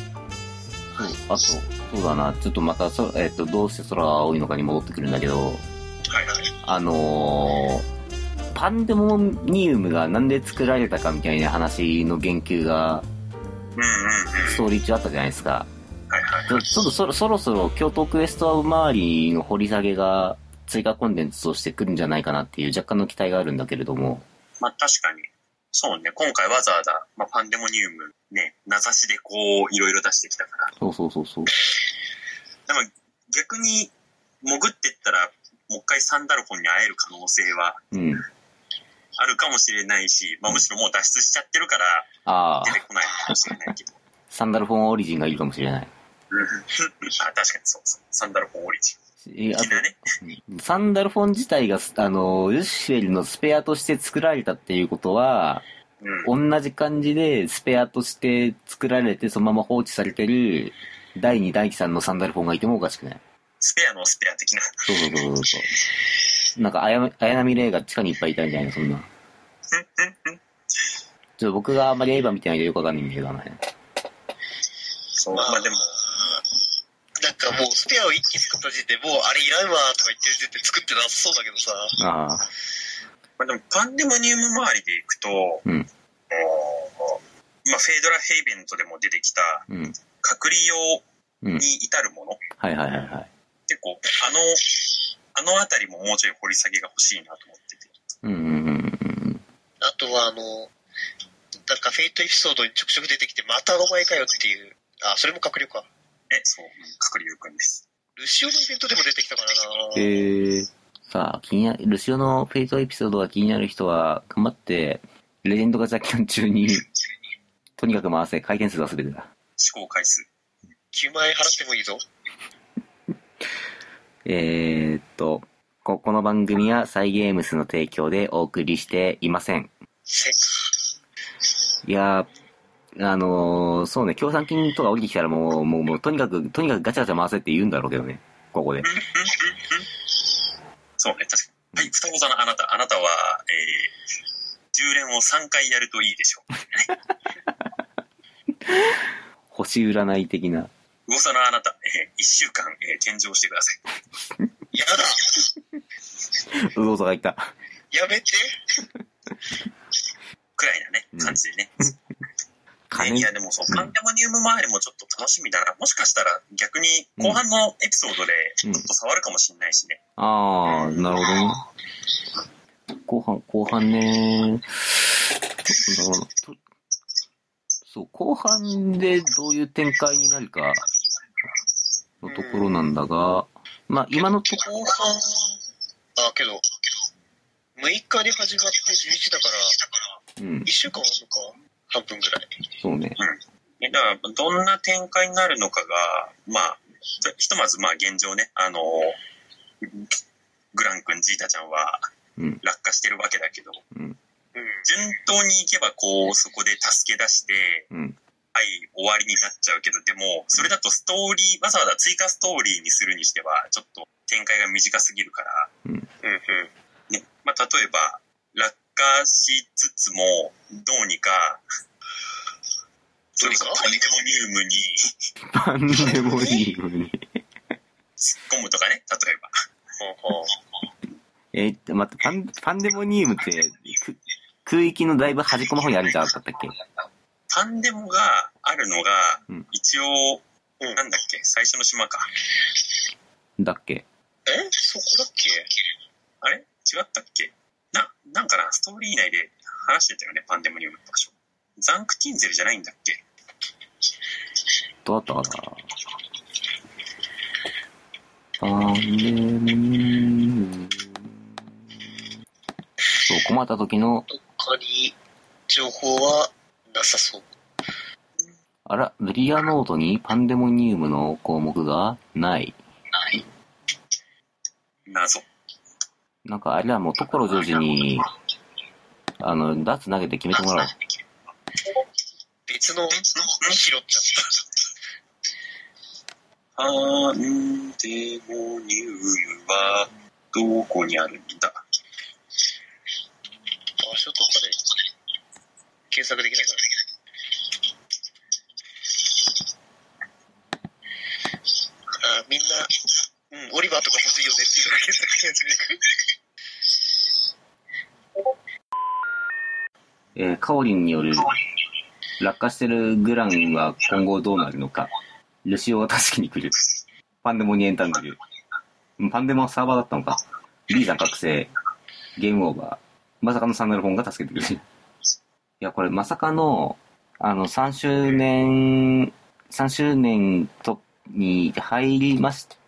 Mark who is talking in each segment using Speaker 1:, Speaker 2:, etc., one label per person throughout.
Speaker 1: そう、あと、そうだな、ちょっとまたそ、えっと、どうして空が青いのかに戻ってくるんだけど、
Speaker 2: はいはい。
Speaker 1: あのーパンデモニウムがなんで作られたかみたいな話の言及が、
Speaker 2: うんうんうん。
Speaker 1: ストーリー中あったじゃないですか。
Speaker 2: はいはい。
Speaker 1: ちょちょっとそろそろそろ京都クエスト周りの掘り下げが追加コンテンツとしてくるんじゃないかなっていう若干の期待があるんだけれども、
Speaker 2: まあ確かに。そうね、今回わざわざ、まあ、パンデモニウムね、名指しでこう、いろいろ出してきたから。
Speaker 1: そうそうそうそう。
Speaker 2: でも逆に潜ってったらもう一回サンダルフォンに会える可能性は
Speaker 1: うん。
Speaker 2: あるかもしれないし、まあ、むしろもう脱出しちゃってるから
Speaker 1: ああ
Speaker 2: 出、てこないのかもしれないけど。
Speaker 1: サンダルフォンオリジンがいるかもしれない。
Speaker 2: うん あ確かにそうそう。サンダルフォンオリジ
Speaker 1: え
Speaker 2: ン。
Speaker 1: あと
Speaker 2: 的なね。
Speaker 1: サンダルフォン自体が、あの、ルシフェルのスペアとして作られたっていうことは、
Speaker 2: うん。
Speaker 1: 同じ感じでスペアとして作られて、そのまま放置されてる、第2、第3のサンダルフォンがいてもおかしくない。
Speaker 2: スペアのスペア的な。
Speaker 1: そうそうそうそうそう。なんか、あや、あやなみ霊が地下にいっぱいいたみたいな、そんな。ちょっと僕があんまりエヴァ見てないでよくわかんないんだけど、あの辺。
Speaker 2: そう。
Speaker 3: まあ
Speaker 2: まあでも、
Speaker 3: なんかもうスペアを一気に作った時点でもうあれいらんわーとか言ってる時点で作ってなさそうだけどさ。
Speaker 1: ああ、
Speaker 2: まあでもパンデモニウム周りでいくと、
Speaker 1: うん
Speaker 2: あのまあフェードラ・ヘイベントでも出てきた
Speaker 1: うん。
Speaker 2: 隔離
Speaker 1: う
Speaker 2: 用
Speaker 1: ん
Speaker 2: に至るもの。
Speaker 1: はいはいはいはい。
Speaker 2: 結構あのあの辺りももうちょい掘り下げが欲しいなと思ってて
Speaker 1: うんうんうんうん
Speaker 3: あとはあの、なんかフェイトエピソードにちょくちょく出てきてまたお前かよっていう。あ、それも閣僚か。
Speaker 2: えそう角龍くんです
Speaker 3: ルシオのイベントでも出てきたからな
Speaker 1: うん。へえ。さあ、気になる、ルシオのフェイトエピソードが気になる人は、頑張って、レジェンドガチャキャン中に、 とにかく回せ、回転数は全てだ。
Speaker 2: 試行回数
Speaker 3: 9万円払ってもいいぞ。
Speaker 1: えーっと、こ、この番組はサイゲームスの提供でお送りしていません。
Speaker 3: せっ
Speaker 1: いやー、あのー、そうね、協賛金とか降りてきたらもう、もう、もう、とにかく、とにかくガチャガチャ回せって言うんだろうけどね、ここで。
Speaker 2: そうね確かにはい双子座のあなたあなたはえー、10連を3回やるといいで しょう
Speaker 1: 星占い的な。
Speaker 2: 魚座のあなた、え1週間、えー、献上してくださ い
Speaker 3: やだ
Speaker 1: うぞうぞがいた。
Speaker 3: やめて
Speaker 2: くらいなね
Speaker 1: うん
Speaker 2: 感じでね、
Speaker 1: 金
Speaker 2: ねいやでもそうパンデモニウム周りもちょっと楽しみだなもしかしたら逆に後半のエピソードでちょっと触るかもしれないしね、
Speaker 1: あー、なるほどね。後半、後半ね。どうだろうなとそう、後半でどういう展開になるかのところなんだが、まあ今のとこ、
Speaker 3: 後半、あ、けど、6日に始まって11だから、
Speaker 1: うん
Speaker 3: 1、週間あるのか半分ぐらい。
Speaker 1: そうね。
Speaker 2: ねだから、どんな展開になるのかが、まあ、ひとまず、まあ、現状ね、あの、グラン君、ジータちゃんは
Speaker 1: うん
Speaker 2: 落下してるわけだけど、
Speaker 3: うん。
Speaker 2: 順当に行けば、こう、そこで助け出して、
Speaker 1: うん。
Speaker 2: はい、終わりになっちゃうけど、でも、それだとストーリー、わざわざ追加ストーリーにするにしては、ちょっと展開が短すぎるから、
Speaker 3: うんうん。
Speaker 2: ね、まあ、例えば、落下しつつも、どうにか、そ
Speaker 3: ど
Speaker 2: うれ
Speaker 3: に
Speaker 2: こ
Speaker 3: か
Speaker 2: そパンデモニウ
Speaker 1: パン
Speaker 2: ムに
Speaker 1: デモニウムに。
Speaker 2: 突っ込むとかね、例えば。
Speaker 3: ほうほう
Speaker 1: えー、って待って、パン、パンデモニウムって、く空域のだいぶ端っこの方にあるんじゃなかったっけ
Speaker 2: パンデモがあるのが
Speaker 1: うん、
Speaker 2: 一応、なんだっけ、最初の島か。
Speaker 1: だっけ
Speaker 3: えそこだっけ
Speaker 2: あれ違ったっけな、なんかな、ストーリー内で話してたよね、パンデモニウムの場所。ザンクティンゼルじゃないんだっけ
Speaker 1: どうだったかなパンデモニウム。そう、困った時の、
Speaker 3: 他に情報はなさそう。
Speaker 1: あら、ブリアノートにパンデモニウムの項目がない。
Speaker 2: 謎。
Speaker 1: なんかあれはもう所ジョージに、あの、ダーツ投げて決めてもらおう。
Speaker 3: 別の拾っちゃった。
Speaker 2: パンデモニウムは、どこにあるんだ
Speaker 3: 場所とかで検索できないから。バーとか欲しいよねっていう検索し始める。
Speaker 1: えーカオリンによる落下してるグランは今後どうなるのか。ルシオは助けに来る。パンデモにエンタングル。うんパンデモはサーバーだったのか。リーザ覚醒。ゲームオーバー。まさかのサンダルフォンが助けてくれる。いや、これまさかの、あの、3周年、3周年と、に入りました。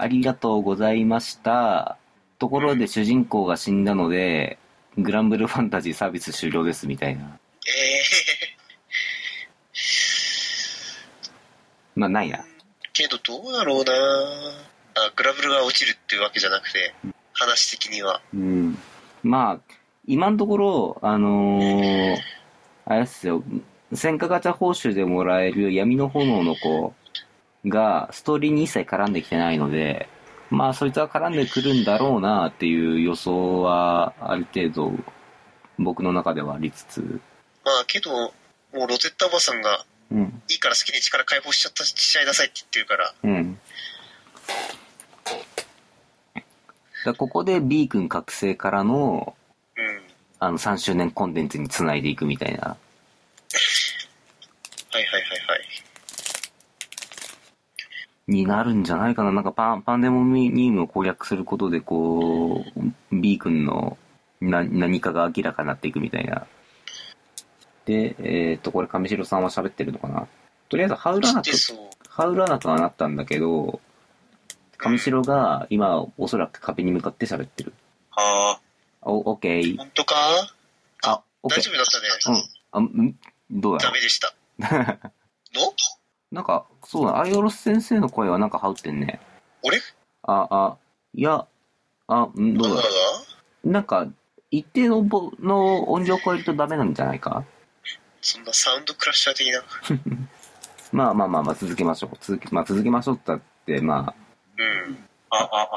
Speaker 1: ありがとうございました。ところで主人公が死んだので、グランブルファンタジーサービス終了ですみたいな。
Speaker 3: え
Speaker 1: まあ、ないな。
Speaker 3: ー、けどどうだろうなあ、グラブルが落ちるっていうわけじゃなくて、話的には。
Speaker 1: うん。まあ、今のところ、あのーあれですよ、戦火ガチャ報酬でもらえる闇の炎の子が、ストーリーに一切絡んできてないので、まあ、そいつは絡んでくるんだろうなっていう予想は、ある程度、僕の中ではありつつ、
Speaker 3: まあけど、もうロゼッタおばさんが、
Speaker 1: うん。
Speaker 3: いいから好きに力解放しちゃった、しちゃいなさいって言ってるから、
Speaker 1: うん。だここで B 君覚醒からの、
Speaker 3: うん。
Speaker 1: あの、3周年コンテンツにつないでいくみたいな。
Speaker 3: はいはいはいはい。
Speaker 1: になるんじゃないかな。なんかパン、パンデモニームを攻略することで、こう、B 君のな何かが明らかになっていくみたいな。で、えっ、と、これ、上白さんは喋ってるのかなとりあえず、ハウラ
Speaker 3: 知
Speaker 1: ナ
Speaker 3: っ
Speaker 1: ク
Speaker 3: て、そう。
Speaker 1: ハウラナクはなったんだけど、上白が今、おそらく壁に向かって喋ってる。
Speaker 2: あ
Speaker 1: お、オッケー。
Speaker 3: 本当か
Speaker 1: あ、オッケ
Speaker 3: 大
Speaker 1: ー
Speaker 3: 丈夫だったね。。
Speaker 1: うん。あ、んどうだ
Speaker 3: ダ
Speaker 1: ろ
Speaker 3: メ でした。
Speaker 1: う
Speaker 3: の
Speaker 1: なんか、そうだ、アイオロス先生の声はなんかハウってんね。
Speaker 3: 俺
Speaker 1: あ、あ、いや、あ、んどうだろう
Speaker 3: ママが
Speaker 1: なんか、一定のぼの音量を超えるとダメなんじゃないか
Speaker 3: そんなサウンドクラッシャー的な。うん。
Speaker 1: まあまあまあまあ続けましょう。続け、まあ続けましょうって言ったって、まあ、
Speaker 2: あ、あ、あ、あ、あ、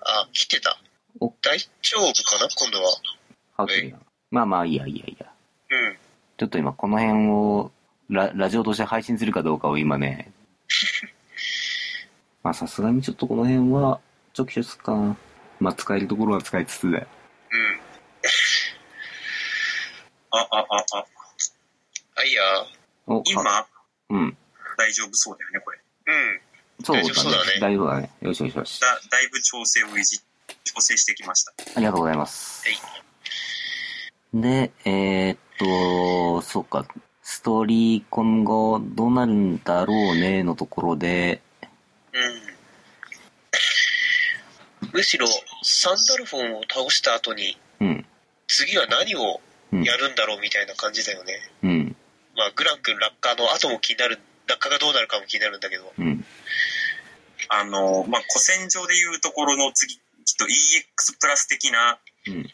Speaker 2: あ、
Speaker 3: あ、来てた
Speaker 1: お。
Speaker 3: 大丈夫かな今度は。
Speaker 1: ハウティな。まあまあいいやいいやいいや。
Speaker 3: うん。
Speaker 1: ちょっと今この辺をララジオとして配信するかどうかを今ね。 まあさすがにちょっとこの辺は、ちょきちょきすっかな。まあ使えるところは使いつつで。
Speaker 3: うん。
Speaker 2: あ、あ、あ、あ、
Speaker 3: あ、いいや。
Speaker 1: お、は
Speaker 2: 今、
Speaker 1: うん。
Speaker 2: 大丈夫そうだよね、これ。
Speaker 3: うん。
Speaker 1: そうだ
Speaker 3: 大丈夫そうだね
Speaker 1: ね。大丈夫だね。よしよしよし。
Speaker 2: だ、だいぶ調整をいじ、調整してきました。
Speaker 1: ありがとうございます
Speaker 3: は。
Speaker 1: で、えーっと、そうか、ストーリー今後どうなるんだろうねのところで、
Speaker 3: うん。むしろ、サンダルフォンを倒した後に、
Speaker 1: うん、
Speaker 3: 次は何を
Speaker 1: うん
Speaker 3: や、るんだろうみたいな感じだよね。
Speaker 1: うん、
Speaker 3: まあ、グラン君落下の後も気になる、落下がどうなるかも気になるんだけど。
Speaker 1: うん、
Speaker 2: あの、まあ、古戦場でいうところの次、きっと EX プラス的な、
Speaker 1: うん、
Speaker 3: うん。
Speaker 2: が出て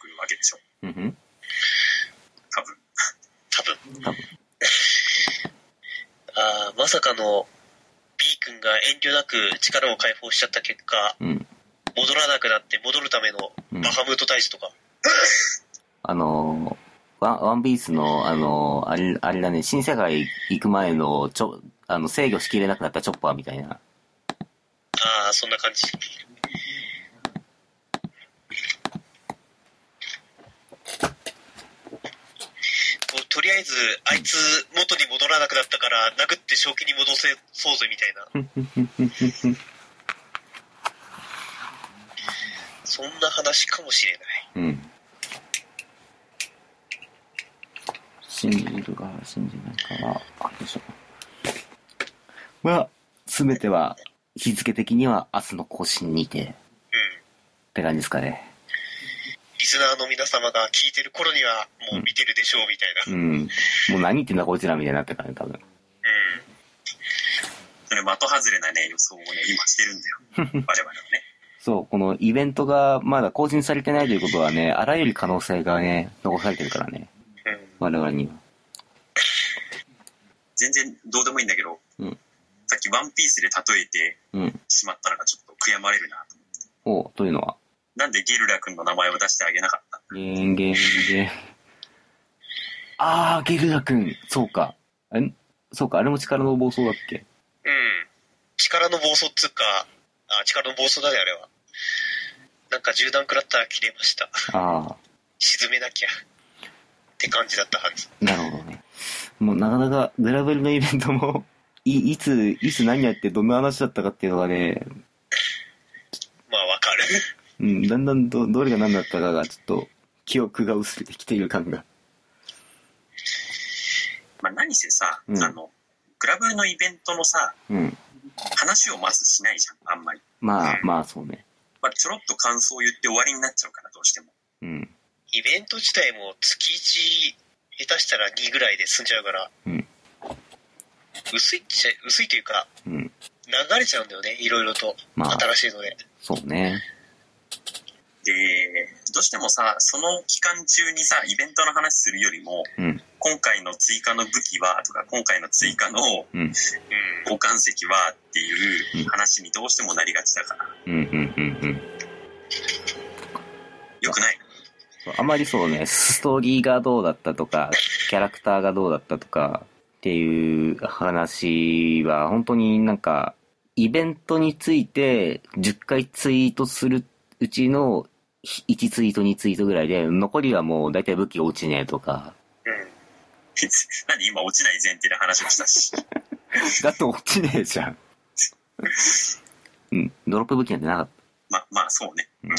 Speaker 2: くるわけでしょ。
Speaker 1: うん、うん、
Speaker 2: 多分。
Speaker 3: 多分。
Speaker 1: 多分。
Speaker 3: あーまさかの、B 君が遠慮なく力を解放しちゃった結果、
Speaker 1: うん、
Speaker 3: 戻らなくなって戻るための
Speaker 1: うん
Speaker 3: バ。ハムート大使とか、
Speaker 1: あのー、ワンワンピースの、あのー、あれ、あれだね、新世界行く前の、ちょ、あの、制御しきれなくなったチョッパーみたいな。
Speaker 3: ああ、そんな感じ。もうとりあえず、あいつ元に戻らなくなったから、殴って正気に戻せそうぜみたいな。そんな話かもしれない。
Speaker 1: うん。信じるか信じないかは、あでしょまあ、すべては、日付的には明日の更新にて、っ
Speaker 3: うん。
Speaker 1: て感じですかね。
Speaker 3: リスナーの皆様が聞いてる頃には、もう見てるでしょうみたいな。
Speaker 1: うん。もう何言ってんだこいつらみたいになってからね、多分。
Speaker 3: うん。
Speaker 2: それ的外れなね、予想をね、今してるん だよ。我々はね。
Speaker 1: そう、このイベントがまだ更新されてないということはね、あらゆる可能性がね、残されてるからね、
Speaker 3: うん
Speaker 1: 我々には。
Speaker 2: 全然どうでもいいんだけど、
Speaker 1: うん
Speaker 2: さっきワンピースで例えて
Speaker 1: うん。
Speaker 2: しまったのがちょっと悔やまれるな。
Speaker 1: おうというのは
Speaker 2: なんでゲルラ君の名前を出してあげなかった
Speaker 1: ゲンゲンゲン。あー、ゲルダ君。そうか。えそうか、あれも力の暴走だっけ
Speaker 3: うん。力の暴走っつうか、あ、力の暴走だね、あれは。なんか銃弾食らったら切れました。
Speaker 1: あ
Speaker 3: 沈めなきゃ。って感じだったはず。
Speaker 1: あ、なるほどね。もうなかなかグラベルのイベントも、い、いつ、いつ何やってどんな話だったかっていうのがね、
Speaker 3: まあわかる。
Speaker 1: うん、だんだんど、どれが何だったかが、ちょっと、記憶が薄れてきている感が。
Speaker 2: まあ、何せさ、
Speaker 1: うん
Speaker 2: あの、クラブのイベントのさ、
Speaker 1: うん。
Speaker 2: 話をまずしないじゃん、あんまり。
Speaker 1: まあ、まあ、そうね。
Speaker 2: まあ、ちょろっと感想を言って終わりになっちゃうから、どうしても。
Speaker 1: うん。
Speaker 3: イベント自体も月1、下手したら2ぐらいで済んじゃうから、
Speaker 1: うん
Speaker 3: 薄いっちゃ、薄いというか、
Speaker 1: うん。
Speaker 3: 流れちゃうんだよね、いろいろと。
Speaker 1: まあ、
Speaker 3: 新しいので。
Speaker 1: そうね。
Speaker 2: で、どうしてもさ、その期間中にさ、イベントの話するよりも、
Speaker 1: うん。
Speaker 2: 今回の追加の武器は、とか、今回の追加の
Speaker 1: うん。
Speaker 3: うん。
Speaker 2: 交換石は、って
Speaker 1: う
Speaker 2: い
Speaker 1: ん
Speaker 2: う話にどうしてもなりがちだから。
Speaker 1: うん、うん、うん、うん。
Speaker 2: よくない。
Speaker 1: あまりそうね、ストーリーがどうだったとか、キャラクターがどうだったとかっていう話は、本当になんか、イベントについて10回ツイートするうちの1ツイート、2ツイートぐらいで、残りはもう大体武器落ちねえとか、
Speaker 3: うん。
Speaker 2: 何今落ちない前提で話をし たし。
Speaker 1: だって落ちねえじゃん。うん、ドロップ武器なんてなかった。
Speaker 2: まあ、まあ、そうね。
Speaker 1: うん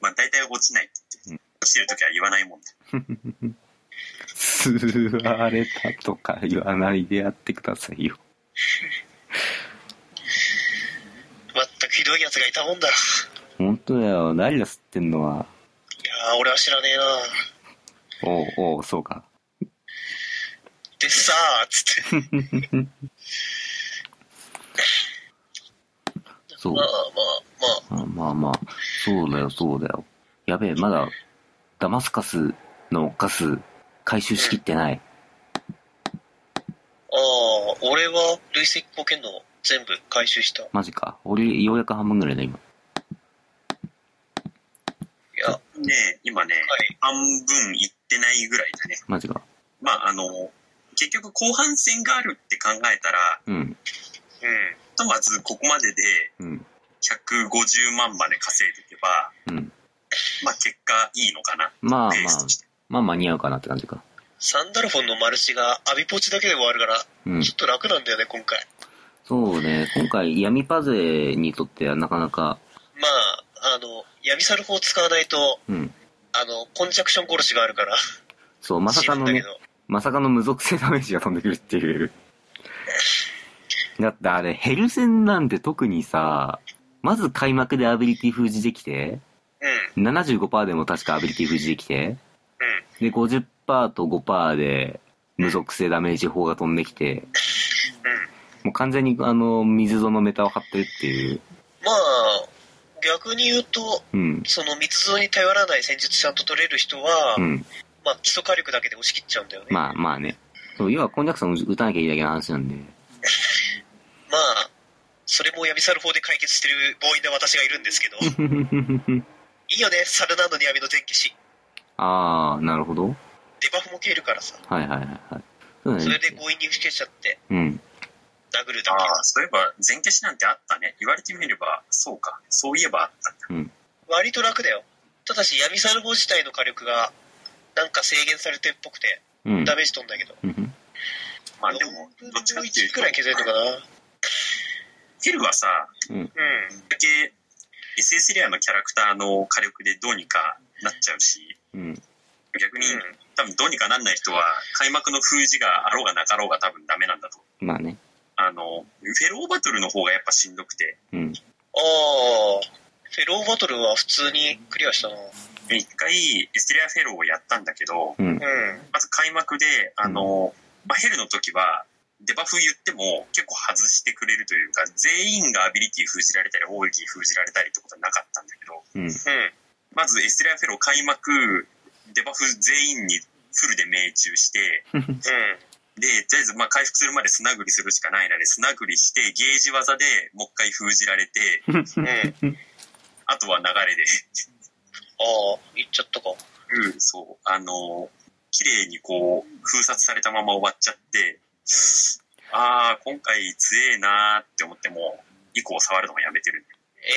Speaker 2: まあ、大体落ちないって。
Speaker 1: うん
Speaker 2: 落ちてるときは言わないもんだ。
Speaker 1: 吸われたとか言わないでやってくださいよ。
Speaker 3: 全くひどい奴がいたもんだ。
Speaker 1: 本当だよ、誰が吸ってんのは。
Speaker 3: いやー、俺は知らねえな
Speaker 1: おうおう、そうか。
Speaker 3: でさー、つって。
Speaker 1: そう
Speaker 3: まあ。まあまあ。
Speaker 1: あまあまあ、そうだよ、そうだよ。やべえ、まだ、ダマスカスのガス、回収しきってない。
Speaker 3: ああ、俺は累積貢献の全部回収した。い
Speaker 1: マジか。俺、ようやく半分ぐらいだ、今。
Speaker 3: や、はい。
Speaker 2: ねえ今ね、半分いってないぐらいだね。
Speaker 1: マジか。
Speaker 2: まあ、あの、結局後半戦があるって考えたら、
Speaker 1: うん、
Speaker 3: うん。
Speaker 2: ひとまずここまでで
Speaker 1: うん、
Speaker 2: 150万まで稼いでいけば、
Speaker 1: うん。
Speaker 2: まあ結果いいのかな、
Speaker 1: まあまあ
Speaker 2: ペースとして。、
Speaker 1: まあ間に合うかなって感じか。
Speaker 3: サンダルフォンのマルチがアビポチだけで終わるから、
Speaker 1: うん
Speaker 3: ちょ。っと楽なんだよね、今回。
Speaker 1: そうね、今回、闇パゼにとってはなかなか、
Speaker 3: まあ、あの、闇サルフを使わないと、
Speaker 1: うん。
Speaker 3: あの、コンジャクション殺しがあるから、
Speaker 1: そう、まさかの
Speaker 3: 死ぬんだ
Speaker 1: ね
Speaker 3: け、ど。
Speaker 1: まさかの無属性ダメージが飛んでくるっていう。だってあれ、ヘル戦なんて特にさ、まず開幕でアビリティ封じできて、
Speaker 3: うん、うん。
Speaker 1: 75%でも確かアビリティ封じできて、で、50%と5%で無属性ダメージ砲が飛んできて、もう完全にあの、水ぞのメタを張ってるっていう。
Speaker 3: まあ、逆に言うと、
Speaker 1: うん。
Speaker 3: その密造に頼らない戦術ちゃんと取れる人は、
Speaker 1: うん。
Speaker 3: まあ、基礎火力だけで押し切っちゃうんだよね。
Speaker 1: まあまあね。そう要はコンジャクションを打たなきゃいいだけの話なんで。
Speaker 3: まあ、それも闇サル法で解決してる強引な私がいるんですけど、いいよね、サルナードに闇の全消し。
Speaker 1: ああ、なるほど。
Speaker 3: デバフも消えるからさ。
Speaker 1: はいはいはいはい。そうだ
Speaker 3: それ
Speaker 1: ね
Speaker 3: で。強引に消えちゃって、
Speaker 1: うん。
Speaker 3: 殴るだけ。
Speaker 2: ああ、そういえば前消しなんてあったね。言われてみれば、そうか。そういえばあった。
Speaker 3: 割と楽だよ。ただし、闇サルボ自体の火力が、なんか制限されてるっぽくて、
Speaker 1: うん。
Speaker 3: ダメージ飛んだけど。
Speaker 1: うん
Speaker 2: まあでも、どっちかっていう
Speaker 3: 1
Speaker 2: と
Speaker 3: くらい、削れるのかな。うん。
Speaker 2: テルはさ、だけ SS レアのキャラクターの火力でどうにかなっちゃうし、
Speaker 1: うん。
Speaker 2: 逆に
Speaker 3: うん
Speaker 2: 多分どうにかなんない人は開幕の封じがあろうがなかろうが多分ダメなんだと。
Speaker 1: まあね。
Speaker 2: あの、フェローバトルの方がやっぱしんどくて、
Speaker 1: うん。
Speaker 3: ああ、フェローバトルは普通にクリアしたな。う
Speaker 2: 一回エステレアフェローをやったんだけど、
Speaker 1: うん。
Speaker 3: ん。
Speaker 2: まず開幕で、あの、まあ、ヘルの時は、デバフ言っても結構外してくれるというか、全員がアビリティ封じられたり、オールギー封じられたりってことはなかったんだけど、
Speaker 1: うん。
Speaker 3: うん。
Speaker 2: まずエステレアフェロー開幕、デバフ全員にフルで命中して、
Speaker 3: うん。
Speaker 2: で、とりあえずまあ回復するまで砂繰りするしかないので、砂繰りして、ゲージ技でもう一回封じられて、
Speaker 3: うん。
Speaker 2: あとは流れで、
Speaker 3: ああ、行っちゃったか。
Speaker 2: うん、そう、あの、綺麗にこう、封殺されたまま終わっちゃって、ああ、今回強えなーって思っても、以降触るのはやめてるんで。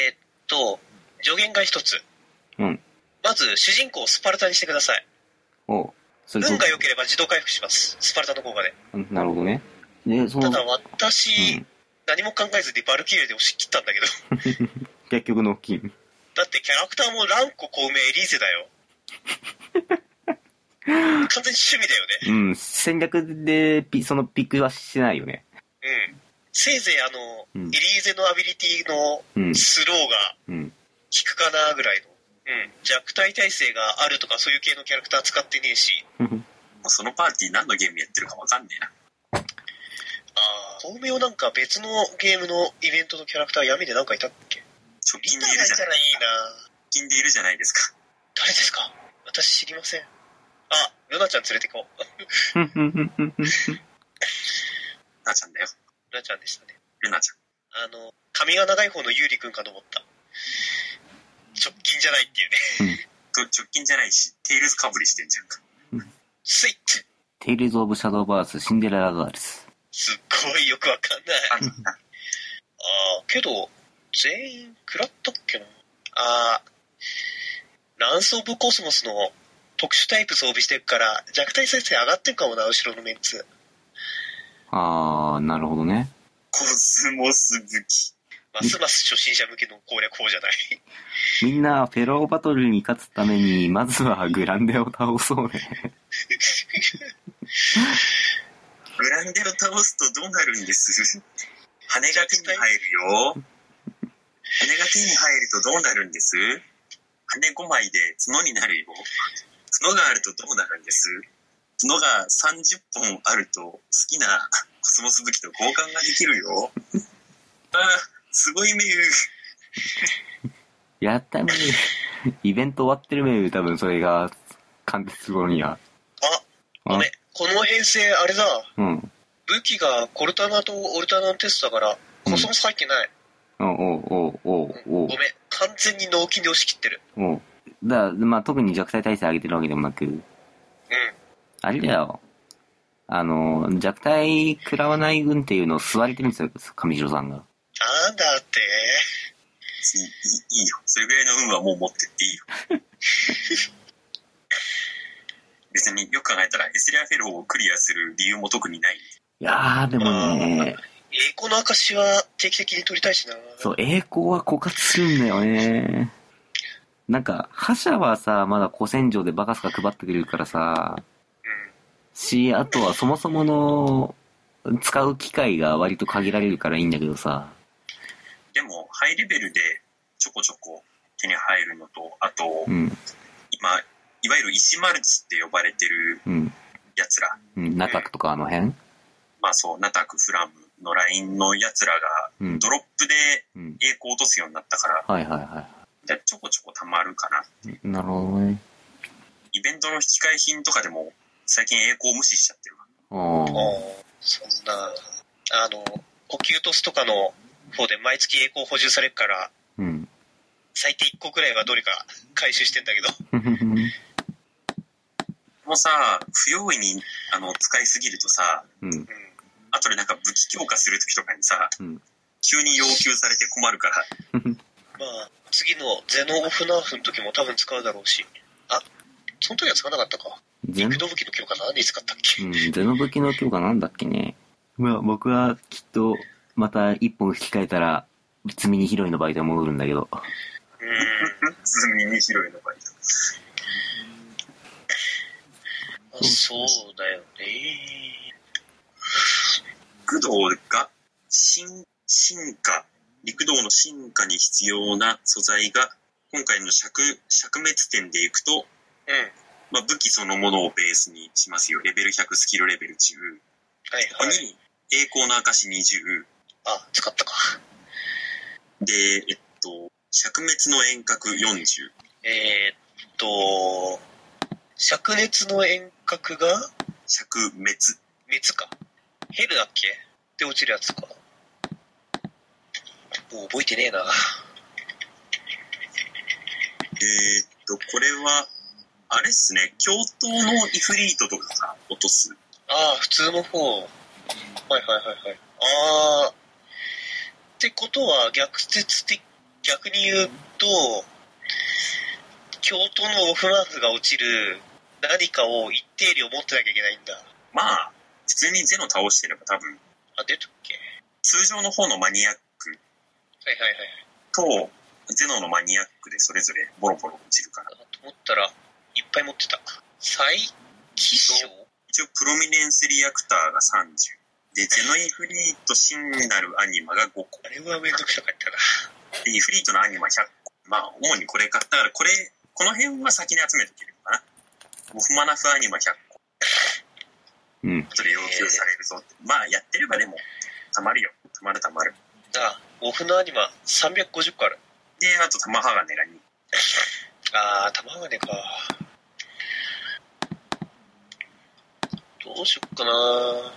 Speaker 3: えーっと、助言が一つ。
Speaker 1: うん
Speaker 3: まず、主人公をスパルタにしてください。
Speaker 1: おうそれと
Speaker 3: 運が良ければ自動回復します。スパルタの効果で。
Speaker 1: うんなるほどね。で、そ
Speaker 3: た
Speaker 1: の、
Speaker 3: だ
Speaker 1: う
Speaker 3: 私、
Speaker 1: ん
Speaker 3: 何も考えずにバルキリーで押し切ったんだけど。
Speaker 1: 結局の金。
Speaker 3: だってキャラクターもランコ小梅エリー ゼだよ。完全に趣味だよね。
Speaker 1: うん、戦略でピ、そのピックはしてないよね。
Speaker 3: うん。せいぜいあの、
Speaker 1: うん
Speaker 3: エリーゼのアビリティの
Speaker 1: うん、
Speaker 3: スローが
Speaker 1: うん。
Speaker 3: 効くかなぐらいの。うん。弱体耐性があるとかそういう系のキャラクター使ってねえし。
Speaker 2: もうそのパーティー何のゲームやってるかわかんねえな。
Speaker 3: ああ。小梅をなんか別のゲームのイベントのキャラクター闇でなんかいたっけ
Speaker 2: 直
Speaker 3: リ
Speaker 2: 近
Speaker 3: タ
Speaker 2: で
Speaker 3: ー
Speaker 2: い
Speaker 3: が
Speaker 2: る
Speaker 3: い
Speaker 2: じゃ
Speaker 3: た
Speaker 2: ない、
Speaker 3: らいいな
Speaker 2: 直近でいるじゃないですか。
Speaker 3: 誰ですか私知りません。あ、ルナちゃん連れてこう。
Speaker 2: ルナちゃんだよ。
Speaker 3: ルナちゃんでしたね。
Speaker 2: ルナちゃん。
Speaker 3: あの、髪が長い方のユーリくんかと思った。直近じゃないっていうね。
Speaker 2: と直近じゃないし、テイルズかぶりしてんじゃん か。
Speaker 3: スイッチ
Speaker 1: テイルズ・オブ・シャドーバース、シンデレラガールズ。
Speaker 3: すっごいよくわかんない。あ
Speaker 2: あんな
Speaker 3: あー、けど、全員食らったっけな。ああ、ランス・オブ・コスモスの特殊タイプ装備してるから、弱体再生上がってるかもな、後ろのメンツ。
Speaker 1: あー、なるほどね。
Speaker 2: コスモス好き。
Speaker 3: ますます初心者向けの攻略法じゃない。
Speaker 1: みんな、フェローバトルに勝つために、まずはグランデを倒そうね。
Speaker 2: グランデを倒すとどうなるんです羽が手に入るよ。羽が手に入るとどうなるんです羽5枚で角になるよ。角があるとどうなるんです角が30本あると好きな コスモス好きと交換ができるよ。あー、すごいメール。
Speaker 1: やったね。イベント終わってるめ多分それが、完結頃には。
Speaker 3: あ、ごめん。この編成、あれだ。
Speaker 1: うん。
Speaker 3: 武器がコルタナとオルタナのテストだから、コスモス入ってない。
Speaker 1: おうおうおうおうおう
Speaker 3: ごめん、完全に納金で押し切ってる。
Speaker 1: おうだまあ、特に弱体耐性上げてるわけでもなく、
Speaker 3: うん。
Speaker 1: あれだよ。あの、弱体食らわない軍っていうのを座れてるんですよ、上白さんが。
Speaker 3: なんだって。
Speaker 2: いいいいよ。それぐらいの運はもう持ってっていいよ。別によく考えたら、エスリアフェローをクリアする理由も特にない。
Speaker 1: いやー、でもね、
Speaker 3: 栄光の証は定期的に取りたいしな。
Speaker 1: そう、栄光は枯渇するんだよね。なんか、覇者はさ、まだ古戦場でバカスカ配ってくれるからさ、
Speaker 3: うん。
Speaker 1: し、あとはそもそもの、使う機会が割と限られるからいいんだけどさ、
Speaker 2: でも、ハイレベルでちょこちょこ手に入るのと、あと
Speaker 1: う、ん、
Speaker 2: 今、いわゆる石マルチって呼ばれてる
Speaker 1: うん、
Speaker 2: やつら、
Speaker 1: うん、ナタクとかあの辺
Speaker 2: まあそう、ナタク、フラムのラインのやつらが、
Speaker 1: うん、
Speaker 2: ドロップで
Speaker 1: うん。
Speaker 2: 栄光を落とすようになったから、
Speaker 1: はいはいは
Speaker 2: じゃあちょこちょこ溜まるかな。
Speaker 1: い。なるほどね。
Speaker 2: イベントの引き換え品とかでも、最近栄光を無視しちゃってるわ。
Speaker 1: ああ。
Speaker 3: おーそんな、あの、呼吸トスとかの方で毎月栄光補充されるから、
Speaker 1: うん。
Speaker 3: 最低1個くらいはどれか回収してんだけど。
Speaker 2: もうさ、不用意にあの使いすぎるとさ、
Speaker 1: うん。
Speaker 3: うん。
Speaker 2: あとでなんか武器強化するときとかにさ、
Speaker 1: うん
Speaker 2: 急に要求されて困るから、
Speaker 3: まあ、次のゼノオフナーフの時も多分使うだろうし。あ、その時は使わなかったか。
Speaker 1: ゼノ
Speaker 3: 陸、道武器の強化何に使った っけ
Speaker 1: うん、ゼノ武器の強化なんだっけね。まあ、僕はきっと、また一本引き換えたら、積み荷拾いのバイトに戻るんだけど。
Speaker 3: うん。
Speaker 2: ズミに広いのがいい。
Speaker 3: あそうだよね。
Speaker 2: 陸道が進、進化、陸道の進化に必要な素材が、今回の尺、尺滅点でいくと、
Speaker 3: うん。はい
Speaker 2: まあ、武器そのものをベースにしますよ。レベル100、スキルレベル10。ここ
Speaker 3: はい。
Speaker 2: に、栄光の証20。
Speaker 3: あ、使ったか。
Speaker 2: で、えっと、尺滅の遠隔40。
Speaker 3: えーっと、灼熱の遠隔が
Speaker 2: 尺滅。
Speaker 3: 熱か。ヘルだっけで落ちるやつか。もう覚えてねえな。
Speaker 2: えーっと、これは、あれっすね、共闘のイフリートとかが落とす。
Speaker 3: ああ、普通の方。はいはいはいはい。ああ、ってことは、逆説的、逆に言うと、京都のオフマークが落ちる何かを一定量持ってなきゃいけないんだ。
Speaker 2: まあ、普通にゼノ倒してれば多分、
Speaker 3: あ、出たっけ
Speaker 2: 通常の方のマニアック
Speaker 3: はいはいはい。
Speaker 2: と、ゼノのマニアックでそれぞれボロボロ落ちるから。
Speaker 3: かなと思ったら、いっぱい持ってた。再起症
Speaker 2: 一応、プロミネンスリアクターが30。で、ゼノイフリート真なるアニマが5個。
Speaker 3: あれはめんどくさかったな。
Speaker 2: で、イフリートのアニマ100個。まあ、主にこれ買ったから、これ、この辺は先に集めておけるのかな。モフマナフアニマ100個。
Speaker 1: うん。
Speaker 2: それ要求されるぞって。まあ、やってればでも、たまるよ。たまるたまる。
Speaker 3: なあ、オフのアニマ350個ある。
Speaker 2: で、あと、玉鋼が2
Speaker 3: あー、玉金か。どうしよっかな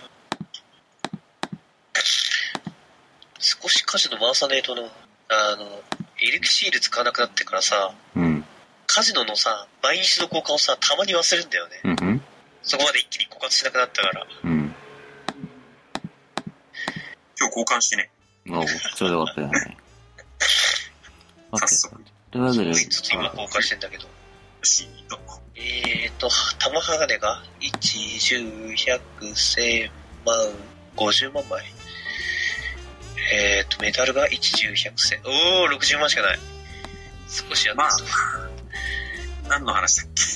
Speaker 3: 少し歌詞の回さねえとな。あの、エレクシール使わなくなってからさ、
Speaker 1: うん。
Speaker 3: カジノのさ、毎日の交換をさ、たまに忘れるんだよね。
Speaker 1: うんうん。
Speaker 3: そこまで一気に枯渇しなくなったから。
Speaker 1: うん。
Speaker 2: 今日交換してね。
Speaker 1: ああ、ちょうどよかったよね。
Speaker 2: 早速
Speaker 1: というわけで、
Speaker 3: 一つ今交換してんだけど。
Speaker 2: シート。
Speaker 3: えーと、玉鋼が、1、10、100、1000万、50万枚。えーと、メダルが1、10、100、1000。おー、60万しかない。少しやった。
Speaker 2: まあ、何の話だっけ